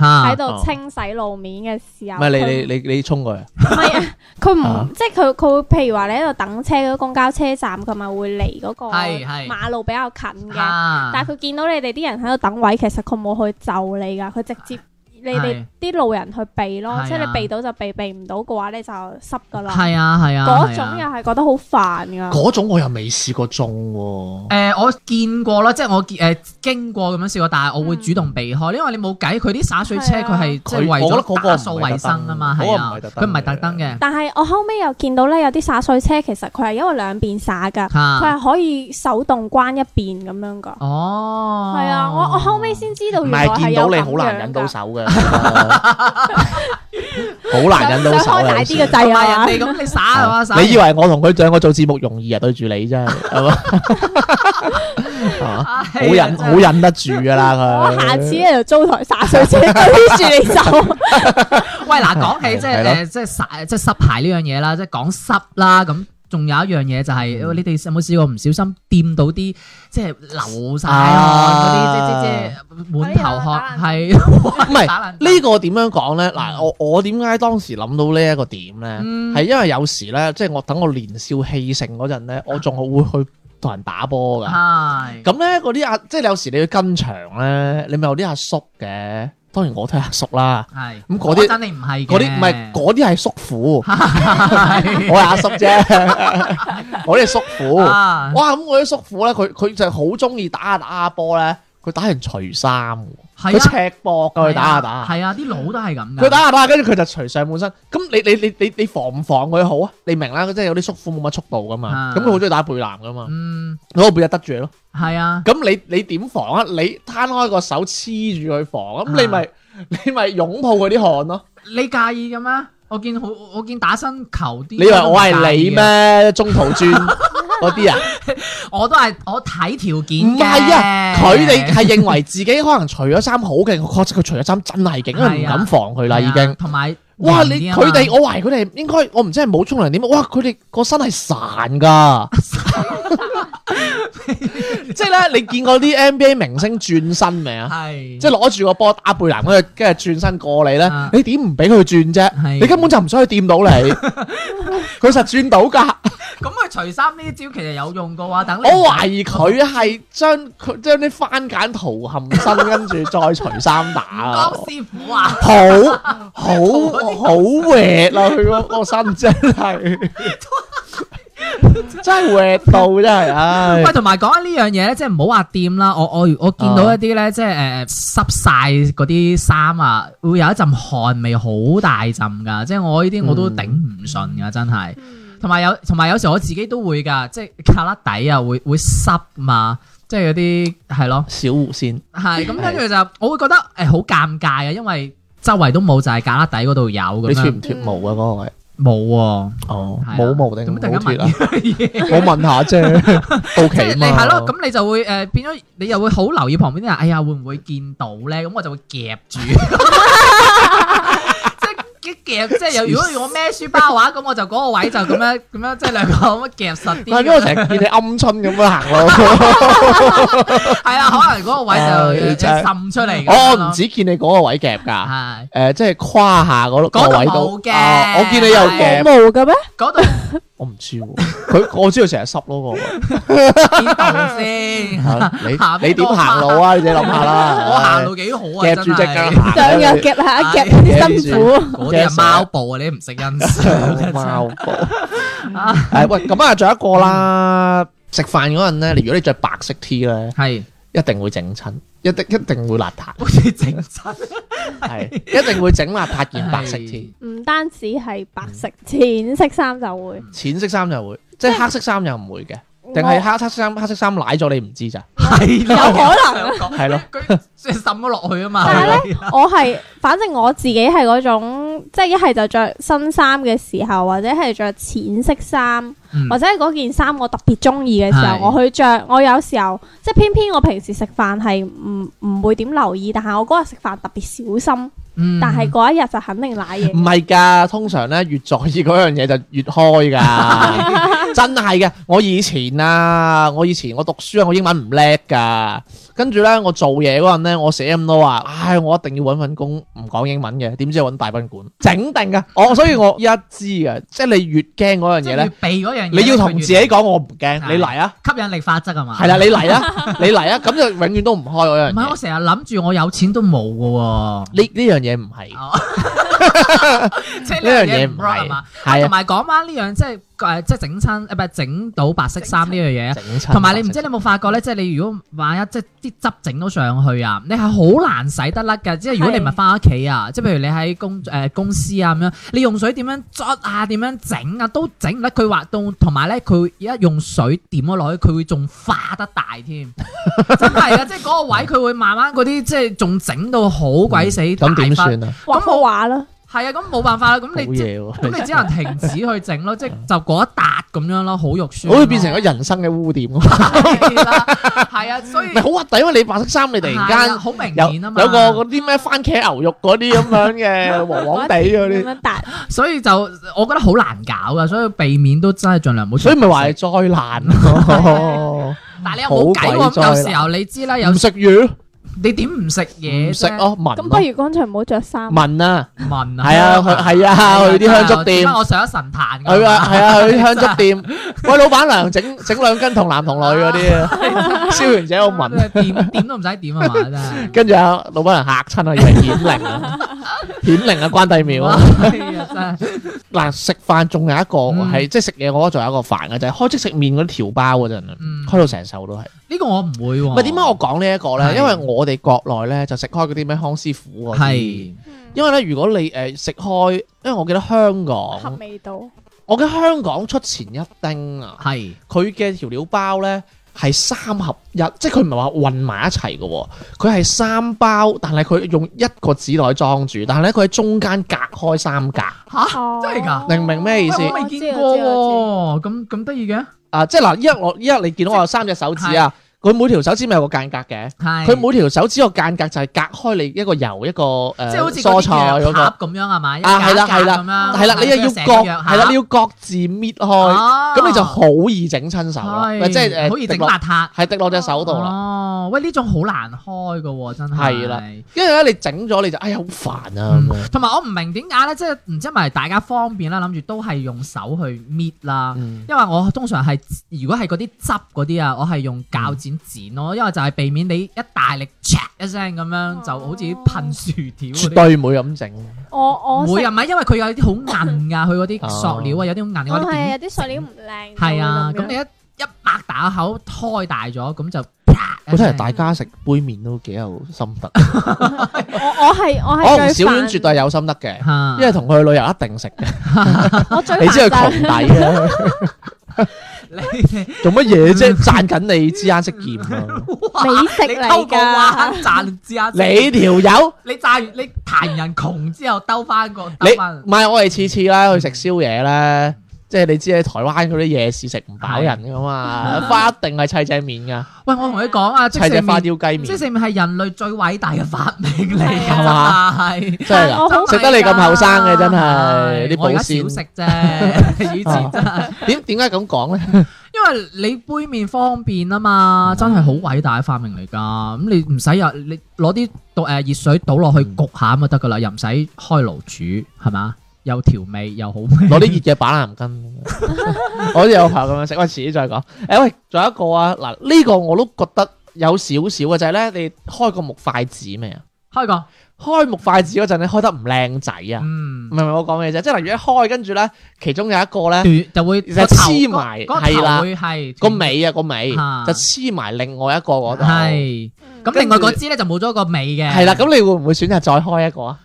D: 嚇
C: 喺！度清洗路面嘅時候？
A: 啊唔係
C: 佢
A: 你你你你衝佢，
C: 唔係啊，佢
A: 啊
C: 唔即係佢佢會譬如話你喺度等車嗰公交車站，佢咪會離嗰個
D: 係係
C: 馬路比較近嘅。
D: 嚇
C: 但係佢見到你哋啲人喺度等位，其實佢冇去就你㗎，佢直接你哋啲路人去避咯
D: 係，
C: 即係
D: 啊
C: 你避到就避，避唔到嘅話你就濕㗎啦。
D: 係啊係啊，啊
C: 嗰
D: 係
C: 種
D: 啊
C: 又係覺得好煩㗎。
A: 嗰種我又未試過中喎。
D: 誒、呃我見過啦，即係我見誒、呃經過咁樣試過，但係我會主動避開，因為你冇計，佢啲灑水車
C: 嗯係啊
D: 佢係即係
A: 佢
D: 為
A: 我覺得
D: 咗
A: 嗰個
D: 打
A: 唔係
D: 掃衞生啊嘛，
A: 特登
D: 係
A: 嗰
D: 啊，
A: 個唔係特
D: 佢
A: 登
D: 唔係特登嘅，
C: 但係我後尾又見到咧，有啲灑水車其實佢係因為兩邊灑㗎，佢
D: 嚇
C: 係啊可以手動關一邊咁樣㗎。
D: 哦，
C: 係啊，我我後尾先知道
A: 唔
C: 原來
A: 係
C: 係
A: 見
C: 有
A: 到
C: 咁
A: 你
C: 樣
A: 好難引到
C: 㗎
A: 手 嘅，好
D: 啊
A: 難引到手
C: 想開大
A: 嘅。
C: 啲嘅
D: 同
C: 掣
D: 埋
C: 啊！
D: 人哋咁你灑係嘛灑完，
A: 你以為我同佢兩個做節目容易啊？對住 你真係，係嘛？啊好
D: 好
A: 忍好忍得住噶啦
C: 我
A: 佢。
C: 下次啊咧就租台灑水 車推住你走。
D: 喂，嗱，講起即係
A: 係咯
D: 誒，即係濕即係濕鞋呢樣嘢啦，即係講濕啦，咁仲有一樣嘢就係、
A: 嗯
D: 你哋有冇試過唔小心掂到啲即係流晒汗嗰啲，即
A: 啊
D: 即即滿頭汗，
C: 哎
D: 係
A: 唔係呢個點樣講咧？嗱，我我點解當時諗到呢一個點咧？
D: 嗯
A: 係因為有時咧，即係我等我年少氣盛嗰陣
C: 啊
A: 咧，我仲會去同人打波㗎。
D: 係
A: 咁咧嗰啲阿，即係有時你去跟場咧，你咪有啲阿叔嘅。當然我都係阿叔啦。
D: 係
A: 咁嗰啲
D: 真你唔係嘅
A: 嗰啲唔係嗰啲係叔 父，
D: 係
A: 我係阿叔 啫，我啲係叔父。
D: 啊
A: 哇！咁我啲叔父咧，佢佢就好中意打下打下波咧，佢打人除衫喎，
D: 係
A: 佢
D: 啊
A: 赤膊㗎，佢打下打下，
D: 係啊，啲佬都係咁㗎
A: 佢打下打下，跟住佢就除上半身。咁你你你你你防唔防佢好啊？你明啦，即係有啲叔父冇乜速度噶嘛
D: 啊，
A: 咁佢好中意打背籃噶嘛，
D: 嗯
A: 攞個背脊得住你咯。
D: 係啊，
A: 咁你你點防啊？你攤開個手黐住佢防，咁你咪你咪擁抱佢啲汗咯。
D: 你介意嘅咩？我見好，我見打身球啲，
A: 你以為我
D: 啊
A: 係你？咩？中途轉 嗰啲啊？
D: 我都係我睇條件
A: 唔
D: 嘅，
A: 係啊，佢哋係認為自己可能除咗衫好勁，確實佢除咗衫真係勁，因為唔敢防佢啦已
D: 啊係啊
A: 經。
D: 同埋
A: 哇！
D: 人
A: 你
D: 啲啊
A: 佢
D: 嘛
A: 哋，我懷疑佢哋應該，我唔知係冇沖涼點。哇！佢哋個身係孱㗎， 即係咧，你見過啲 NBA 明星轉身未啊？
D: 係
A: 即係攞住個波打背籃，跟住跟住轉身過你咧
D: 啊，
A: 你點唔俾佢轉啫？
D: 係
A: 你根本就唔想去掂到你， 佢實轉到㗎。
D: 咁佢除衫呢招其實有用嘅話，等你
A: 我懷疑佢係將佢將啲番梘塗冚身，跟住再除衫打啊
D: 江！師傅啊，
A: 好好好 wet 啦，佢嗰個身真 係真係 wet 到真係，唉
D: 喂，！同埋講緊呢樣嘢咧，即係唔好話掂啦。我我我見到一啲咧，即係誒濕晒嗰啲衫啊，會有一陣汗味，好大陣㗎。即係我呢啲我都頂唔順㗎，真係。同埋有同埋有時我自己都會㗎，即係卡拉底啊，會會濕啊，即係嗰啲係 咯。
A: 小狐仙
D: 係咁，跟住就我會覺得誒好尷尬啊，因為周圍都冇，就係旮旯底嗰度有咁
A: 你脱
D: 樣
A: 唔脱毛啊？嗰個位
D: 冇喎。
A: 哦
D: 係啊
A: 冇毛定
D: 咁突然
A: 冇脱
D: 間問
A: 啊？
D: 呢樣嘢
A: 我問下啫，到
D: 即係
A: 期
D: 你
A: 嘛？
D: 係咯，咁你就會誒變咗，你又會好留意旁邊啲人，哎呀會唔會見到咧？咁我就會夾住，即係夾，即係有如果我孭書包嘅話，咁我就嗰個位就咁樣咁樣，即係兩個咁樣夾實
A: 但係因為我
D: 啲。
A: 成日見你鵪鶉咁樣行咯，
D: 係啊，可能嗰個位就
A: 唉
D: 有
A: 真係
D: 滲出嚟咁樣咯。
A: 我唔止見你嗰個位夾㗎。誒、
D: 係
A: 即係跨下嗰個
D: 嗰度
A: 位都
D: 冇嘅
A: 啊我見你有
C: 冇
D: 係
A: 夾，
C: 毛嘅咩？
D: 嗰度
A: 我唔知喎。佢我知道成日濕咯個 位。
D: 見到先。
A: 啊你
D: 下邊
A: 你點
D: 多
A: 行
D: 下
A: 路啊？你自己諗下啦。
D: 我行路幾好啊，
A: 夾住隻
D: 真
A: 腳
D: 係。
A: 行，
C: 上 又夾下，
D: 係
C: 夾啲辛苦。
D: 嗰啲係貓步啊，你都唔識欣 賞。
A: 貓步。誒喂，咁啊，仲有一個啦。食飯嗰陣咧，如果你着白色 T 咧，
D: 係，
A: 一定會整親，一定一定會邋遢，
D: 好似整親
A: 係一定會整邋遢件白色 T，
C: 唔單
A: 嗯
C: 止係白色，淺色衫就會，
A: 淺色衫就會，即係黑色衫又唔會嘅。定係黑色衫黑色衫奶咗你唔知咋？
D: 係啦，
C: 有可能
D: 我想講
A: 係咯，
D: 佢即係滲咗落去啊嘛。
C: 但係
D: 係啦
C: 我係，反正我自己係嗰種，即係一係就着新衫嘅時候，或者係着淺色衫，
D: 嗯
C: 或者係嗰件衫我特別中意嘅時
D: 係
C: 候，我去着。我有時候即係偏偏我平時食飯係唔唔會點留意，但係我嗰日食飯特別小心，
D: 嗯
C: 但係嗰一日就肯定賴嘢
A: 唔。係㗎，通常咧越在意嗰樣嘢就越 開㗎，真係嘅。我以前啊，我以前我讀書啊，我英文唔叻㗎，跟住咧我做嘢嗰陣咧，我寫咁多話，唉，我一定要揾份工唔講英文嘅，點知揾大賓館整定㗎。我所以我依家知嘅，即係你越驚嗰樣
D: 即
A: 嘢
D: 係要
A: 咧，
D: 避嗰樣嘢，
A: 你要同自己講我唔驚，
D: 係
A: 你嚟啊，
D: 吸引力法則啊嘛。
A: 係啦，你 嚟啊，你嚟啊，咁就永遠都唔開嗰樣
D: 唔係我
A: 嘢。
D: 成日諗住我有錢都冇嘅
A: 呢呢樣嘢唔係。
D: 喎，即係
A: 呢樣嘢唔
D: rock
A: 係
D: 係嘛？啊
A: 係
D: 同
A: 啊，
D: 埋講翻呢樣即係誒，即係整親誒，唔係整到白色衫呢樣嘢。
A: 整親
D: 同埋你唔知你有冇發覺咧，即係你如果萬一即係啲汁整到上去啊，你係好難洗得甩㗎。即係如果你唔係翻屋企啊，即係譬如你喺公誒、公司啊咁樣，你用水點樣捽啊，點樣整啊，都整唔甩。佢滑到，同埋咧佢一用水點咗落去，佢會仲化得大 添，真係啊！即係嗰個位佢會慢慢嗰啲即係仲整到好鬼死大
A: 咁點
D: 忽
A: 算啊？
C: 畫好畫啦，
D: 係啊，咁冇辦法啦，咁
A: 好
D: 你即
A: 嘢喎！
D: 咁你只能停止去整咯，即係就嗰一笪咁樣咯，好肉酸咯。
A: 好似 變成咗人生嘅污點咁，
D: 係啦，係 啊，所以
A: 咪好核突，因為你白色衫你突然
D: 係啊
A: 間
D: 好明
A: 有
D: 顯啊嘛，
A: 有個嗰啲咩番茄牛肉嗰啲咁樣嘅黃黃地嗰
C: 咁
A: 啲，
C: 樣大
D: 所以就我覺得好難搞噶，所以避免都真係盡量唔好。
A: 所以咪話係災難咯。
D: 但係你又冇計
A: 好鬼災
D: 喎，
A: 難
D: 有時候你知啦，有
A: 唔食魚，
D: 你點唔食嘢
A: 唔食
D: 啫？
A: 咯，聞
C: 咁不
A: 咯，
C: 如乾脆唔好着衫。
A: 聞啊，
D: 問
A: 係啊，去係啊，去啲香燭店
D: 點解，我上咗神壇㗎
A: 去啊，係啊，去啲香燭店，喂，老闆娘整整兩斤同男同女嗰啲啊，燒完者我聞。
D: 點點都唔使點啊 嘛，真係。
A: 跟住啊，老闆人嚇親啊，以為顯靈啊，顯靈啊，關帝廟啊。
D: 係啊， 真係
A: 嗱，食飯仲有一個
D: 嗯
A: 係、即係食嘢，我覺得仲有一個煩嘅就係、開即食麵嗰啲條包嗰陣啊，
D: 嗯
A: 開到成手都係。
D: 呢個我唔會喎。
A: 唔係點解我講呢一個
D: 係
A: 咧？因為我哋國內咧就食開嗰啲咩康師傅嗰啲
D: 係。
C: 嗯
A: 因為咧，如果你誒食、開，因為我記得香
C: 合
A: 港，
C: 味道，
A: 我記得香港出前一丁啊，
D: 係
A: 佢嘅調料包咧係三合一，即係佢唔係話混埋一齊嘅喎，佢係三包，但係佢用一個紙袋裝住，但係咧佢喺中間隔開三格，
D: 吓，真係㗎。
A: 明唔明咩意思
D: 喂我
C: 哦
D: 未
C: 我
D: 見
C: 知啊我
D: 過喎，咁咁得意嘅，
A: 啊！即係嗱，依家我依家你見到我有三隻手指啊，佢每條手指咪有個間隔嘅，
D: 係
A: 佢每條手指個間隔就係隔開你一個油一個誒、
D: 即係好似
A: 蔬菜嗰、個，
D: 咁樣係嘛？一
A: 啊係啦
D: 格一
A: 係
D: 格
A: 啦
D: 咁樣
A: 係啦，你又要
D: 成
A: 各
D: 個藥盒
A: 係啦，你要各自搣開，
D: 哦
A: 咁你就好易整親手啦，
D: 係
A: 即係誒
D: 好易整
A: 滴落
D: 邋遢
A: 係滴落隻手度啦。
D: 哦，喂，呢種好難開嘅喎，真係
A: 係啦因為咧你整咗你就哎呀好煩啊咁樣
D: 嗯同埋我唔明點解咧，即係唔知係咪大家方便啦，諗住都係用手去搣啦。
A: 嗯
D: 因為我通常係如果係嗰啲汁嗰啲啊，我係用鉸剪剪咯，因為就係避免你一大力 c 一聲咁
A: 哦
D: 樣，就好似噴薯條嗰
A: 絕
D: 啲。
A: 對唔會咁
D: 嗯
A: 整。
C: 我我
D: 唔會
C: 食
D: 啊，唔係因為佢有啲好硬㗎，佢嗰啲塑料啊，有啲好硬，
C: 我
D: 我
A: 哦
D: 哋點
C: 係有啲塑料唔靚。
D: 係啊，咁你
C: 樣
D: 一一擘大口開大咗，咁就啪一
A: 我睇嚟
D: 聲
A: 大家食杯麵都幾有心得。
C: 我我係我
A: 我同
C: 係
A: 哦小
C: 最
A: 丸
C: 煩，
A: 絕對有心得嘅，
D: 嚇
A: 因為同佢去旅遊一定食嘅。
C: 我最
A: 你知佢
C: 煩
A: 窮
C: 就係
A: 底啊嘅，
D: 你
A: 做乜嘢
D: 嗯
A: 啫？賺緊你知啱識劍 啊！
C: 美食
D: 你偷
C: 嚟
D: 個話
C: 㗎。
D: 賺之後，
A: 你條友，
D: 你賺完你彈完人窮之後兜翻個
A: 你
D: 兜翻
A: 唔係我哋次次啦去食宵夜咧。即係你知喺台灣嗰啲夜市食唔飽人噶嘛，花一定係砌隻面噶，
D: 喂，我同你講嗯啊，即
A: 砌隻
D: 食
A: 花
D: 麵，
A: 雕雞面，
D: 即
A: 真
D: 食麵係人類最偉大嘅發明嚟㗎，
C: 係
A: 啊
D: 係。
A: 係
C: 我好
A: 㗎食得你咁後生嘅真係啲
D: 我
A: 保
D: 而家少
A: 鮮
D: 食。啫，以前真係，
A: 點點解咁講咧？
D: 因為你杯麵方便啊
A: 嗯
D: 嘛，真係好偉大嘅發明嚟㗎。咁你唔使又你攞啲倒誒熱水倒落去
A: 嗯
D: 焗下咁就得㗎啦，又唔使開爐煮係嘛，又調味又好味。
A: 攞啲熱嘅板藍根，我都有朋友咁樣食。喂，遲啲再講。誒、喂，仲有一個啊，嗱，呢、個我都覺得有少少嘅就係、呢：咧，你開個木筷子咩啊？
D: 開個
A: 開木筷子嗰陣，你開得唔靚仔啊？
D: 嗯
A: 唔係唔係，我講咩啫？即係例如一開，跟住咧，其中有一個咧
D: 斷就會
A: 嗯就
D: 個頭
A: 黐埋
D: 個個
A: 係啦
D: 頭會係
A: 個尾啊個尾
D: 啊
A: 就黐埋另外一個嗰度。
D: 係咁，
A: 跟
D: 另外
A: 住
D: 嗰支咧就冇咗個尾嘅
A: 係啦，咁你會唔會選擇再開一個啊？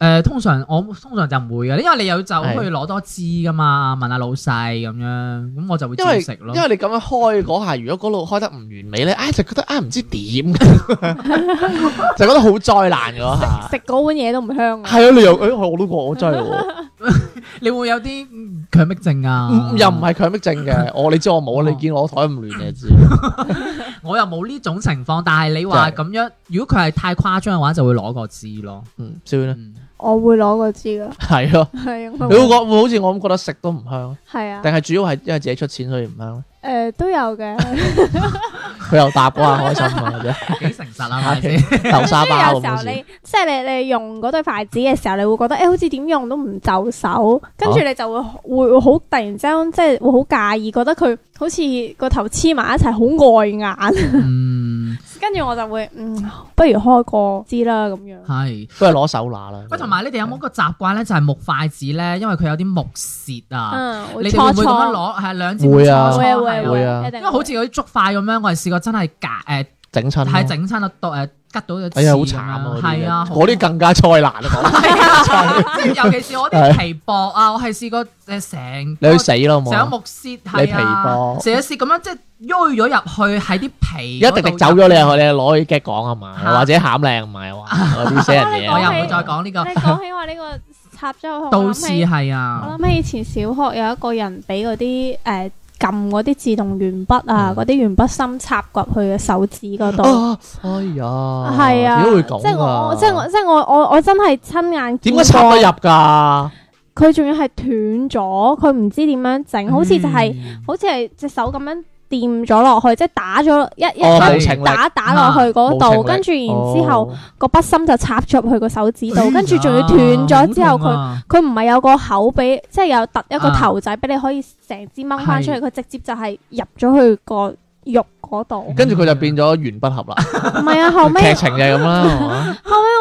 D: 誒通常我通常就唔會嘅，因為你有就咁去攞多支噶嘛，問下老細咁樣，咁我就會
A: 因
D: 照
A: 為
D: 食咯
A: 因。為你咁樣開嗰下，如果嗰度開得唔完美咧，唉就覺得啊唔知 點，就覺得好災難 嗰 下。
C: 食嗰碗嘢都唔香啊！
A: 係啊，你又誒我都覺我真係喎，
D: 你會有啲嗯強迫症啊
A: 唔？嗯又唔係強迫症 嘅，我你知我冇，你見我台唔亂你就知。
D: 我又冇呢種情況，但係你話
A: 真
D: 咁樣，如果佢係太誇張嘅話，就會攞個支咯。
A: 嗯，算啦，
D: 嗯
C: 我會攞個支噶，
A: 係咯，
C: 係 應該
A: 你會
C: 會
A: 覺會好似我咁覺得食都唔香，
C: 係啊，
A: 定係主要係因為自己出錢所以唔香咧？
C: 誒都有嘅，即
A: 佢又答嗰下開心啊，啫
D: 幾誠 實啊，係咪 先？
A: 豆沙
C: 係
A: 包
C: 有
A: 咁
C: 時
A: 好
C: 候
A: 似。
C: 你即係你你用嗰對筷子嘅時候，你會覺得誒好似點用都唔就手，跟住
A: 啊
C: 你就會會會好突然之間即係會好介意，覺得佢好似個頭黐埋一齊好礙眼，
D: 嗯，
C: 跟住我就會嗯不如開個支啦咁樣。
D: 係。
A: 都係攞手拿啦。
D: 喂，同埋你哋有冇一個習慣咧，就係木筷子咧，因為佢有啲木舌啊，
C: 嗯，
D: 你哋會唔會咁樣
C: 搓搓？
D: 攞？係兩支
A: 會啊
D: 搓搓
C: 會啊會
D: 係
C: 啊
A: 會啊
C: 一定
D: 因為好似嗰啲竹筷咁樣，我哋試過真係夾誒
A: 整親咯
D: 係整親啊，到誒吉到隻
A: 哎呀，好
D: 刺咁
A: 慘
D: 樣
A: 啊！嗰啲
D: 係啊，好
A: 嗰啲更加災 難啊！
D: 係啊，即 係尤其是 我啲皮薄啊，我係試過誒成
A: 你去死啦，好冇
D: 成
A: 啊？
D: 木屑係啊，
A: 你
D: 成一屑咁樣即係喐咗入去喺啲皮
A: 一滴滴走咗你，我哋攞去 get 講啊嘛，
D: 嚇
A: 或者喊靚唔係 話嗰啲死人
D: 我又
A: 嘢
D: 唔
A: 啊。
D: 會再講呢
C: 你
D: 個，
C: 講起我呢個插咗我
D: 到
C: 諗
D: 時
C: 起
D: 係
C: 我
D: 啊，
C: 諗起以前小學有一個人俾嗰啲誒撳嗰啲自動鉛筆啊，嗰啲鉛筆芯插入去嘅手指嗰度。
A: 啊，哎呀，
C: 係啊，
A: 點會
C: 即係
A: 咁
C: 我，
A: 啊？
C: 我即係我，即係我，我我真係親眼見
A: 點
C: 過
A: 解插得入㗎？
C: 佢仲要係斷咗，佢唔知點樣整，好似就係，
D: 嗯
C: 好似係隻手咁樣掂咗落去，即係打咗一一
A: 哦，
D: 係
A: 冇
C: 一
A: 情力，啊
C: 打打落去嗰
A: 冇情力
C: 度，跟住然之後
A: 哦哎
C: 個筆芯就插咗入去個手指
A: 嗯
C: 度，跟住仲要斷咗之後佢。
A: 啊
C: 佢唔係有個口俾，即係有突一個
D: 啊
C: 頭仔俾你可以成支掹翻出嚟，
D: 係
C: 佢直接就係入咗去個肉嗰度。唔
A: 跟住佢就變咗鉛筆盒啦。
C: 係 啊，後尾
A: 劇情就係咁 啦，係嘛？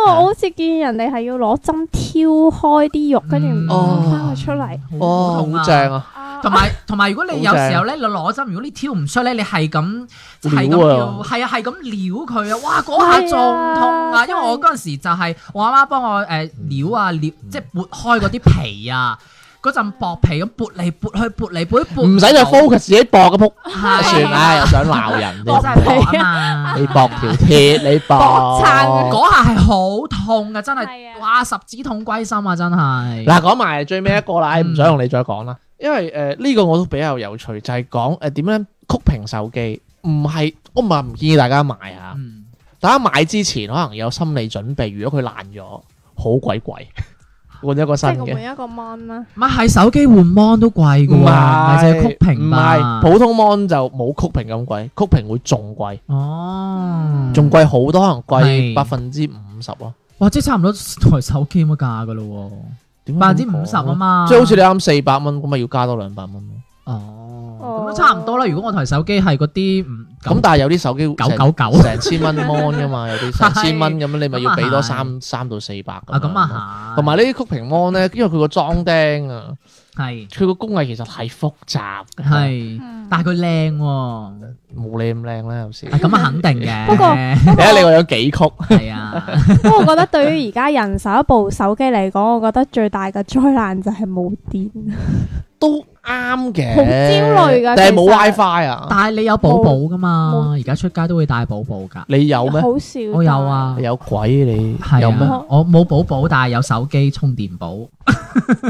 C: 我好似見人哋係要攞針挑開啲肉，跟住
D: 嗯
C: 掹翻佢出嚟。
A: 哦，好正啊！
C: 啊
D: 同 埋同埋，如果你有
A: 好正
D: 時候咧，你攞針，如果你挑唔出咧，你係咁即係咁
A: 撩啊
D: 撩，係啊，係咁撩佢啊！哇，嗰下仲痛啊！
C: 係啊
D: 因為我嗰陣時就係我阿媽幫我誒撩啊撩，即係撥開嗰啲皮啊，嗰陣薄皮咁撥嚟撥去，撥嚟撥去，撥
A: 唔使再 focus 自己搏嘅撲，
D: 係
A: 算啦，又想鬧人
D: 我真係
A: 啫。
D: 搏啊嘛！
A: 你搏條鐵，你搏
C: 搏撐
D: 嗰下係好痛噶，真
C: 係
D: 係
C: 啊
D: 哇十指痛歸心啊！真係
A: 嗱，講埋最尾一個啦，
D: 嗯
A: 唔想用你再講啦，因為誒呢個我都比較有趣，就係講誒點樣曲屏手機，唔係我唔係唔建議大家買啊，
D: 嗯
A: 大家買之前可能有心理準備，如果佢爛咗，好鬼貴， 換一個
C: 即
A: 新
C: 係佢
A: 嘅。
C: 換一個 mon 啦，
D: 唔係係手機換 mon 都貴噶喎，唔係淨係曲屏
A: 唔
D: 嘛
A: 係普通 mon 就冇曲屏咁貴，曲屏會仲貴，
D: 哦，
A: 仲貴好多，可能貴
D: 係
A: 百分之五十咯。
D: 哇，即係差唔多台手機咁嘅價噶咯
A: 點解
D: 喎，百分之
A: 咁講
D: 五十啊
A: 咧
D: 嘛，
A: 即係好似你啱四百蚊，咁咪要加多兩百蚊咯。
D: 哦，咁都差唔多啦。如果我台手機係嗰啲唔
A: 咁但係有啲手機九
D: 999
A: 成千蚊 mon 噶 嘛，有啲
D: 係
A: 成千蚊咁樣，你咪要俾多
D: 咁啊
A: 三三到四百
D: 啊咁啊係，
A: 同埋呢啲曲屏 mon 咧，因為佢個裝釘啊，
D: 係
A: 佢個工藝其實係複雜㗎，
C: 嗯
D: 係，但係佢靚喎，
A: 冇你咁靚啦，有時。
D: 啊咁啊肯定嘅。
C: 不過
A: 睇下你個樣幾曲，
D: 係啊，
C: 不過我覺得對於而家人手一部手機嚟講，我覺得最大嘅災難就係冇電，
A: 都啱嘅。
C: 好焦慮㗎
A: 但係冇
C: 其實
A: WiFi 啊？
D: 但係你有寶寶噶嘛？
C: 冇
D: 而家出街都會帶寶寶㗎。
A: 你有咩？
C: 好少。
D: 我有，啊
A: 你。有鬼你
D: 係
A: 有咩？
D: 啊，我冇寶寶，但係有手機充電 寶。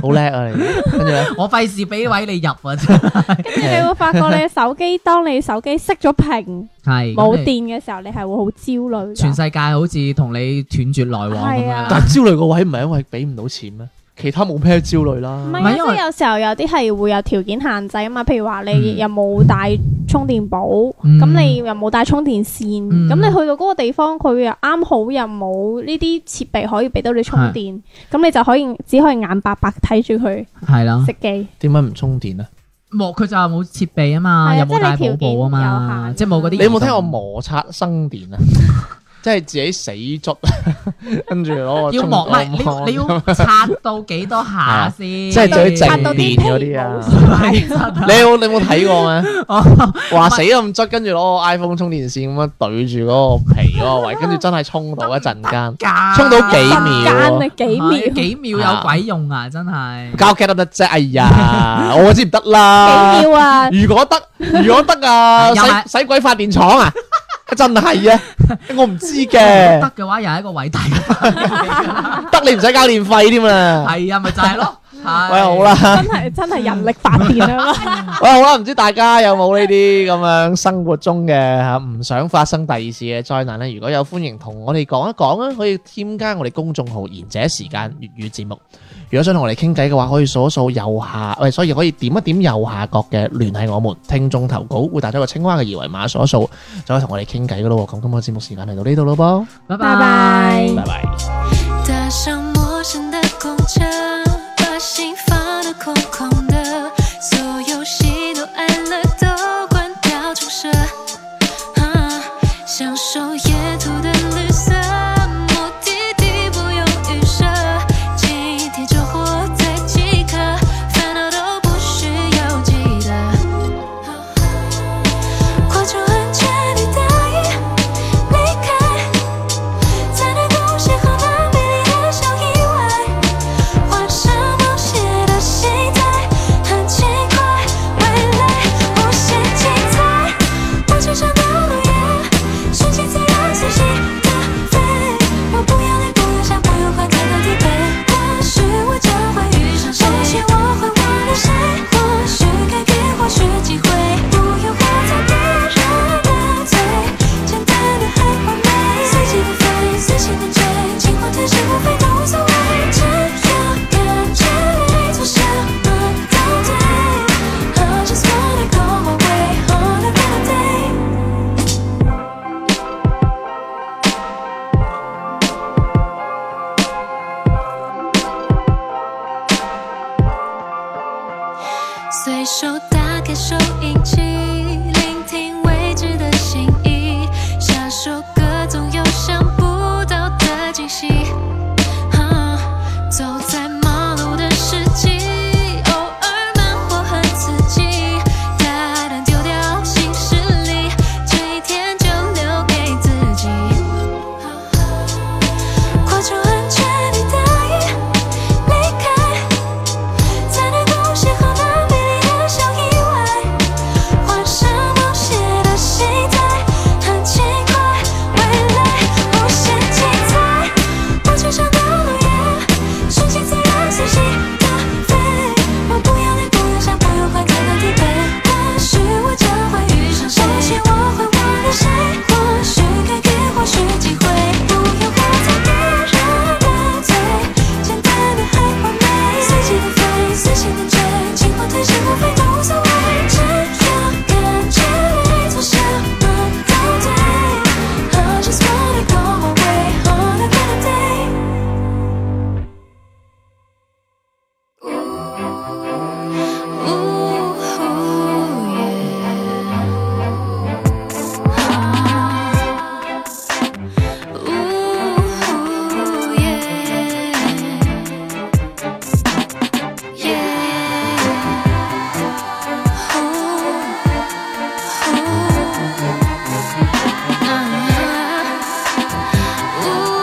A: 好叻 啊你！跟住咧，
D: 我費事俾位你入啊，真係
C: 跟住 你會發覺你嘅手機，當你手機熄咗屏。
D: 係
C: 冇
D: 咁你
C: 電嘅時候，你係會好焦慮㗎。
D: 全世界好似同你斷絕來往咁
C: 係啊
D: 樣。
A: 但係焦慮個位唔係因為俾唔到錢咩？其他冇咩焦慮啦
C: 唔。係
D: 唔係
C: 啊，即
D: 因為
C: 係有時候有啲係會有條件限制啊嘛，譬如話你
D: 嗯
C: 又冇帶充電寶，咁、
D: 嗯
C: 你又冇帶充電線，咁、
D: 嗯
C: 你去到嗰個地方，佢又啱好又冇呢啲設備可以俾到你充電，咁你就可以只可以眼白白睇住佢
D: 係啦。
C: 熄機。
A: 點解唔充電啊？
D: 冇，佢就話冇設備啊
C: 係
D: 嘛，
C: 啊
D: 又冇帶寶寶啊
C: 即係你條件有
D: 嘛，
C: 限
D: 即係冇嗰啲。
A: 你有冇聽過？摩擦生電啊？即係自己死捽，跟住攞個
D: 要
A: 沖
D: 磨，唔係你要
A: 浪
D: 你 要擦到幾多下先？即
A: 啊
C: 啊
A: 即係最靜
C: 擦到啲
A: 電
C: 皮
A: 嗰啲啊
C: 冇晒
A: 你有你有冇睇過咩？
D: 哦
A: 話死咁捽，跟住攞個 iPhone 充電線咁樣對住嗰個皮 嗰個位，跟住真係衝到一陣間，
D: 㗎
A: 衝到幾秒
C: 間啊
A: 喎。
C: 幾秒
D: 係，幾秒有鬼用啊！真係。
A: 交 g 得唔得啫？哎呀， 我知唔得啦。
C: 幾秒啊！
A: 如果得，如果 得啊，
D: 又係
A: 使使鬼發電廠 啊！真係啊，我唔知嘅，
D: 得嘅話，又係一個偉大嘅 發
A: 得你唔使交電費添啦。
D: 係啊，咪就係咯。
A: 喂，
D: 喂
A: 好，啦，
C: 真係真係人力發電啊！
A: 喂，好啦，唔知大家有冇呢啲咁樣生活中嘅吓唔想發生第二次嘅災難呢？如果有，歡迎同我哋講一講啊，可以添加我哋公眾號賢者時間粵語節目。如果想同我哋傾偈嘅話，可以掃一掃右下，喂，所以可以點一點右下角嘅聯繫我們聽眾投稿，會彈出個青蛙嘅二維碼，掃一掃就可以同我哋傾偈噶咯喎。咁今日節目時間嚟到呢度咯噃。
D: 拜
C: 拜拜。
A: 拜拜。
H: 搭上陌生的公车，把心放得空空的，所有喜怒哀乐都关掉重设，啊，享受沿途的绿色，目的地不用预设，今天就活在即刻，烦恼都不需要记得。跨出安全地带，离开。才能够邂逅那美丽的小意外，换上冒险的心态，很奇怪，未来无限精彩。我只想到路也顺其自然，随心的飞。我不要你，不要想，不要快感到疲惫。或许我将会遇上谁，或许我会忘了谁，或许改变，或许机会，不用活在别人的嘴，简单的很完美。随心的飞，随心的追，情或天性或非都无所谓，只要感觉没错，什么都对。I just wanna go my way on another day.随手打开收音机，聆听未知的心意，下首歌总有想不到的惊喜。啊，走在忙碌的世纪，偶尔慢活很刺激，大胆丢掉新势力，这一天就留给自己。跨出安全地带，离开。才能够邂逅那美丽的小意外，换上冒险的心态，很奇怪，未来无限精彩。我只想到路也顺其自然，随心的飞。我不要你，不要想，不要快感到疲惫。或许我将会遇上谁，或许我会忘了谁，或许改变，或许机会，不用活在别人的嘴，简单的很完美。随心的飞，随心的追，情或天性或非都无所谓，只要感觉没错，什么都对。I just wanna go my way on another day. Ooh, yeah. Ooh, yeah. Yeah. Ooh, ooh. Uh-huh. Ooh.